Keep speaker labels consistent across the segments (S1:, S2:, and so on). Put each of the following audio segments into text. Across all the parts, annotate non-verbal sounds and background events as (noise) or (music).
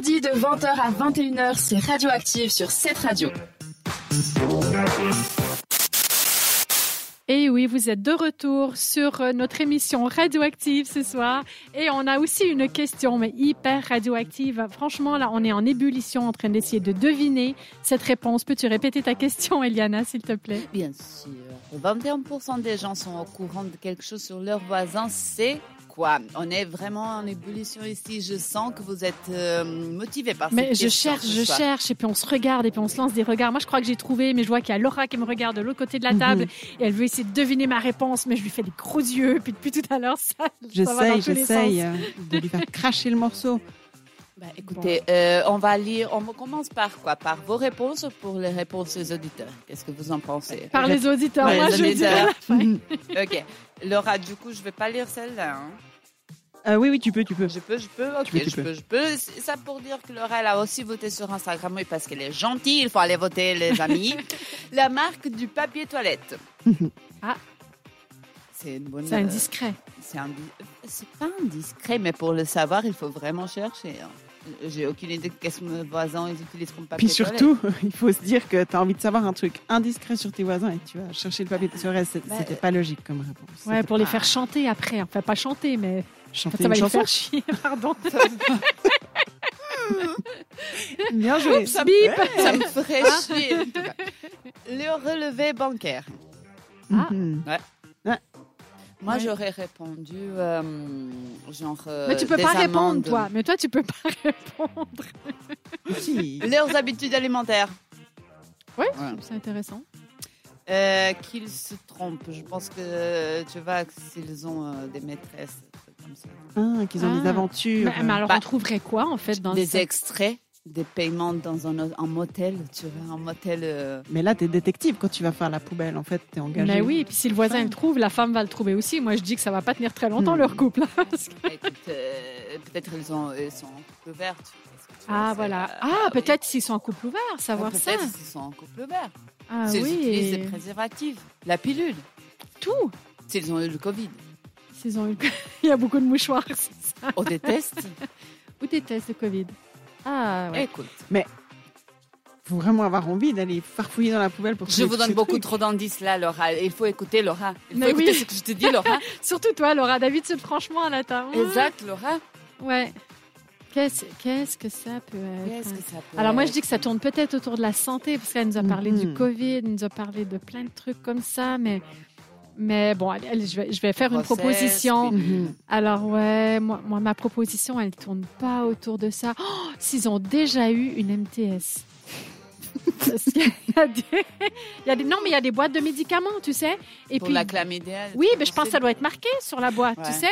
S1: de 20h à 21h, c'est Radioactive sur cette radio.
S2: Et oui, vous êtes de retour sur euh, notre émission radioactive ce soir. Et on a aussi une question, mais hyper radioactive. Franchement, là, on est en ébullition en train d'essayer de deviner cette réponse. Peux-tu répéter ta question, Eliana, s'il te plaît?
S3: Bien sûr. 21% des gens sont au courant de quelque chose sur leurs voisins. C'est quoi On est vraiment en ébullition ici. Je sens que vous êtes euh, motivé par
S2: Mais
S3: cette
S2: je
S3: question
S2: cherche,
S3: ce
S2: je
S3: soir.
S2: cherche, et puis on se regarde, et puis on se lance des regards. Moi, je crois que j'ai trouvé, mais je vois qu'il y a Laura qui me regarde de l'autre côté de la
S3: Mhm.
S2: table, et elle veut essayer de deviner ma réponse, mais je lui fais des gros yeux, puis depuis tout à l'heure, ça, ça va dans
S4: J'essaye,
S2: tous les
S4: j'essaye
S2: sens.
S4: euh,
S2: (laughs)
S4: de lui faire cracher le morceau.
S3: Bah, écoutez, euh, on va lire. On commence par quoi Par vos réponses ou pour les réponses des auditeurs Qu'est-ce que vous en pensez
S2: Par les auditeurs,
S3: Ouais,
S2: moi,
S3: les
S2: je dis à la
S3: auditeurs.
S2: fin.
S4: Mm.
S3: Ok. Laura, du coup, je vais pas lire celle-là. hein.
S4: Euh, oui, oui, tu peux, tu
S2: Bah,
S4: peux.
S3: Je peux, je peux, ok,
S4: peux, tu
S3: je
S4: peux.
S3: peux, je peux. C'est ça pour dire que Laura, elle a aussi voté sur Instagram, oui, parce qu'elle est gentille, il faut aller voter,
S2: (laughs)
S3: les amis. La marque du papier toilette.
S2: Ah.
S3: C'est une bonne... euh,
S2: C'est indiscret.
S3: C'est indi- c'est pas indiscret, mais pour le savoir, il faut vraiment chercher. hein. J'ai aucune idée de qu'est-ce que mes voisins ils utilisent comme papier
S4: Puis surtout, (laughs) il faut se dire que tu as envie de savoir un truc indiscret sur tes voisins et tu vas chercher le papier de soirée. C'est-
S3: Bah,
S4: C'était pas logique comme réponse.
S2: Ouais,
S4: C'était
S2: pour les
S4: pas
S2: faire chanter après. hein. Enfin, pas chanter, mais
S4: chanter
S2: ça va
S4: une
S2: les
S4: chanson.
S2: faire chier. (laughs) Pardon.
S4: Bien joué.
S2: Oups, bip.
S3: toilette.
S2: (laughs)
S3: Ça me ferait chier. en tout cas. Le relevé bancaire.
S2: Ah.
S4: Mhm.
S3: Moi,
S2: Ouais.
S3: j'aurais répondu euh, genre. euh,
S2: Mais tu peux
S3: des
S2: pas répondre,
S3: amendes.
S2: toi. Mais toi, tu peux pas (laughs) répondre.
S4: Si.
S3: Leurs habitudes alimentaires.
S2: Ouais,
S3: Ouais.
S2: c'est intéressant.
S3: Euh, qu'ils se trompent. Je pense que euh, tu vois que s'ils ont euh, des maîtresses, des trucs comme ça.
S4: Ah, qu'ils ont des
S2: Ah.
S4: aventures.
S2: Mais, mais alors,
S3: Bah,
S2: on trouverait quoi, en fait, dans
S3: des
S2: le...
S3: extraits, des paiements dans un, un motel, tu vois, un motel.
S2: (laughs)
S3: euh,
S4: Mais là, t'es détective quand tu vas faire la poubelle. En fait, t'es engagé.
S2: Mais Bah oui, et puis si le voisin le trouve, la femme va le trouver aussi. Moi, je dis que ça va pas tenir très longtemps,
S4: Hmm.
S2: leur couple. hein, parce que-
S3: écoute, euh, peut-être ils ont, ils sont en couple ouvert. tu vois, parce que tu vois,
S2: Ah,
S3: c'est,
S2: voilà.
S3: euh,
S2: Ah,
S3: oui.
S2: peut-être s'ils sont en couple ouvert, savoir
S3: Ou
S2: ça.
S3: Ah, Peut-être ils sont en couple ouvert.
S2: Ah
S3: S'ils utilisent des
S2: oui,
S3: préservatifs, la pilule,
S2: tout.
S3: s'ils ont eu le Covid.
S2: S'ils ont eu- (laughs) Il y a beaucoup de mouchoirs, c'est ça. (laughs)
S3: On déteste.
S2: Ou des tests de Covid. Ah, ouais.
S3: Écoute,
S4: Faut vraiment avoir envie d'aller farfouiller dans la poubelle pour.
S3: je
S4: trouver
S3: vous
S4: tous
S3: donne
S4: ces
S3: beaucoup
S4: trucs.
S3: trop d'indices là, Laura. Il faut écouter Laura. Il faut
S2: Mais (laughs)
S3: écouter
S2: oui.
S3: ce que je te dis, Laura.
S2: Surtout toi, Laura Davidson, franchement, à la table.
S3: exact, Laura.
S2: Ouais. Qu'est-ce qu'est-ce que ça peut être hein?
S3: Qu'est-ce que ça peut
S2: Alors moi, je
S3: être Mm-hmm.
S2: dis que ça tourne peut-être autour de la santé, parce qu'elle nous a parlé
S4: Mhm.
S2: du Covid, elle nous a parlé de plein de trucs comme ça, mais... Mais bon, allez, allez, je, vais, je vais faire une
S3: Grossesse,
S2: proposition.
S4: Mhm.
S2: Alors ouais, moi, moi, ma proposition, elle tourne pas autour de ça. Oh, S'ils ont déjà eu une
S3: (laughs)
S2: MTS. Parce qu'il y a des- il y a des- non, mais il y a des boîtes de médicaments, tu sais. Et
S3: Pour
S2: puis,
S3: la chlamydia.
S2: oui, mais je pense que ça doit être marqué sur la boîte, tu
S3: Ouais.
S2: sais.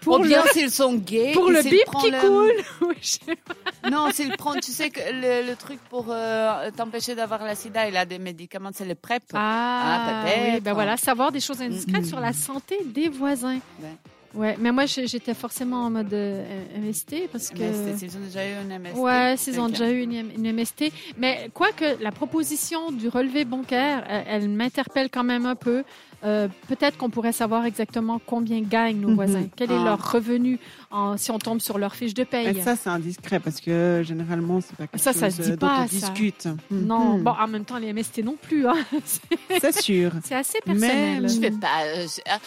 S3: Pour
S2: Pour
S3: bien
S2: le,
S3: s'ils sont gays.
S2: pour
S3: et
S2: le
S3: s'ils
S2: bip
S3: prennent
S2: qui
S3: le-
S2: coule. (laughs) Oui, je-
S3: Non, s'ils prennent, tu sais, que le, le truc pour euh, t'empêcher d'avoir la sida, il a des médicaments, c'est le PrEP.
S2: Ah,
S3: Ah, peut-être.
S2: oui, ben voilà, savoir des choses indiscrètes
S4: Mhm.
S2: sur la santé des voisins.
S3: Ouais.
S2: Ouais, mais moi je- j'étais forcément en mode euh, MST parce que
S3: Mais c'est- S'ils ont déjà eu un MST.
S2: ouais, s'ils ont
S3: Ok.
S2: déjà eu une, M- une MST, mais quoique la proposition du relevé bancaire, euh, elle, m'interpelle quand même un peu. Euh, Peut-être qu'on pourrait savoir exactement combien gagnent nos
S4: Mhm.
S2: voisins, quel est
S3: Ah.
S2: leur revenu en- si on tombe sur leur fiche de paye.
S4: Et ça, c'est indiscret parce que généralement, c'est pas quelque
S2: Ça, ça se
S4: chose euh,
S2: dit
S4: dont
S2: pas, ça.
S4: on discute.
S2: (laughs) Non,
S4: Mhm.
S2: bon, en même temps les MST non plus. hein. (laughs)
S4: c'est sûr.
S2: C'est assez personnel.
S4: Mais-
S3: Je fais pas. euh, je- ah,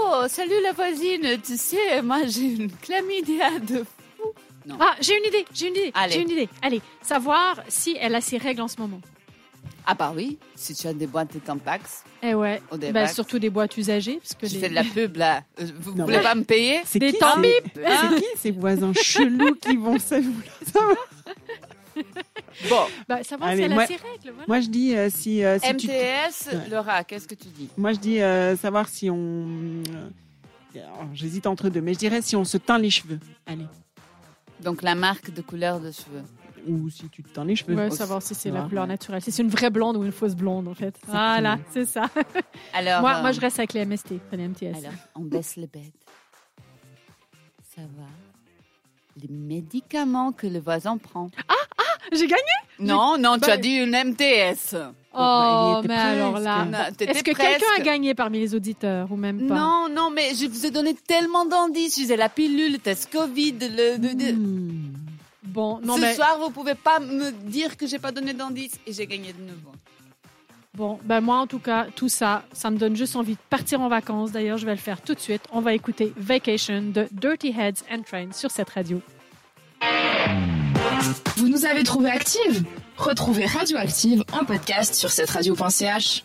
S3: Oh, salut la voisine, tu sais, moi j'ai une chlamydia de.
S2: Ah, j'ai une idée, j'ai une idée,
S3: Allez.
S2: j'ai une idée. Allez, savoir si elle a ses règles en ce moment.
S3: Ah, bah oui, si tu as des boîtes de Tampax
S2: Eh ouais.
S3: ou des
S2: Ben,
S3: vax,
S2: surtout des boîtes usagées, parce que
S3: tu
S2: les-
S3: fais de la pub là. Euh, Vous
S4: Non,
S3: voulez
S4: mais-
S3: pas me payer hein.
S4: C'est
S2: Des
S4: qui,
S2: temps
S4: ces-
S2: bip.
S4: c'est qui ces voisins chelous qui vont ça
S3: Bon,
S2: Ben, savoir
S4: Allez,
S2: si elle
S4: moi-
S2: a ses règles, voilà.
S4: Moi, je dis euh, si, euh, si tu te-
S3: MTS,
S4: Ouais.
S3: Laura, qu'est-ce que tu dis
S4: Moi, je dis euh, savoir si on. Alors, J'hésite entre deux, mais je dirais si on se teint les cheveux. Allez.
S3: Donc la marque de couleur de cheveux.
S4: Ou si tu te teins les cheveux.
S2: Ouais,
S4: Aussi.
S2: savoir si c'est
S4: Ouais.
S2: la couleur naturelle, si c'est une vraie blonde ou une fausse blonde, en fait. Voilà, c'est ça.
S3: Alors.
S2: moi,
S3: euh,
S2: moi, je reste avec les MST, pas les MTS.
S3: Alors, on baisse les bêtes. Ça va. Les médicaments que le voisin prend.
S2: (laughs) J'ai gagné
S3: Non, non, tu
S2: Ah, bah-
S3: as dit une MTS.
S2: Oh,
S4: bah, il y était
S2: mais alors
S4: presque.
S2: là...
S4: Non,
S3: Non, t'étais
S2: bah, Est-ce que
S3: presque.
S2: quelqu'un a gagné parmi les auditeurs, ou même pas
S3: Non, non, mais je vous ai donné tellement d'indices. Je disais la pilule, le test Covid, le... le- le-
S4: Hmm.
S2: Bon, non,
S3: Ce
S2: mais,
S3: soir, vous pouvez pas me dire que j'ai pas donné d'indice et j'ai gagné de nouveau.
S2: bon, ben moi, en tout cas, tout ça, ça me donne juste envie de partir en vacances. D'ailleurs, je vais le faire tout de suite. On va écouter Vacation de Dirty Heads and Trains sur cette radio.
S1: Vous nous avez trouvé active Retrouvez Radioactive en podcast sur cette radio.ch.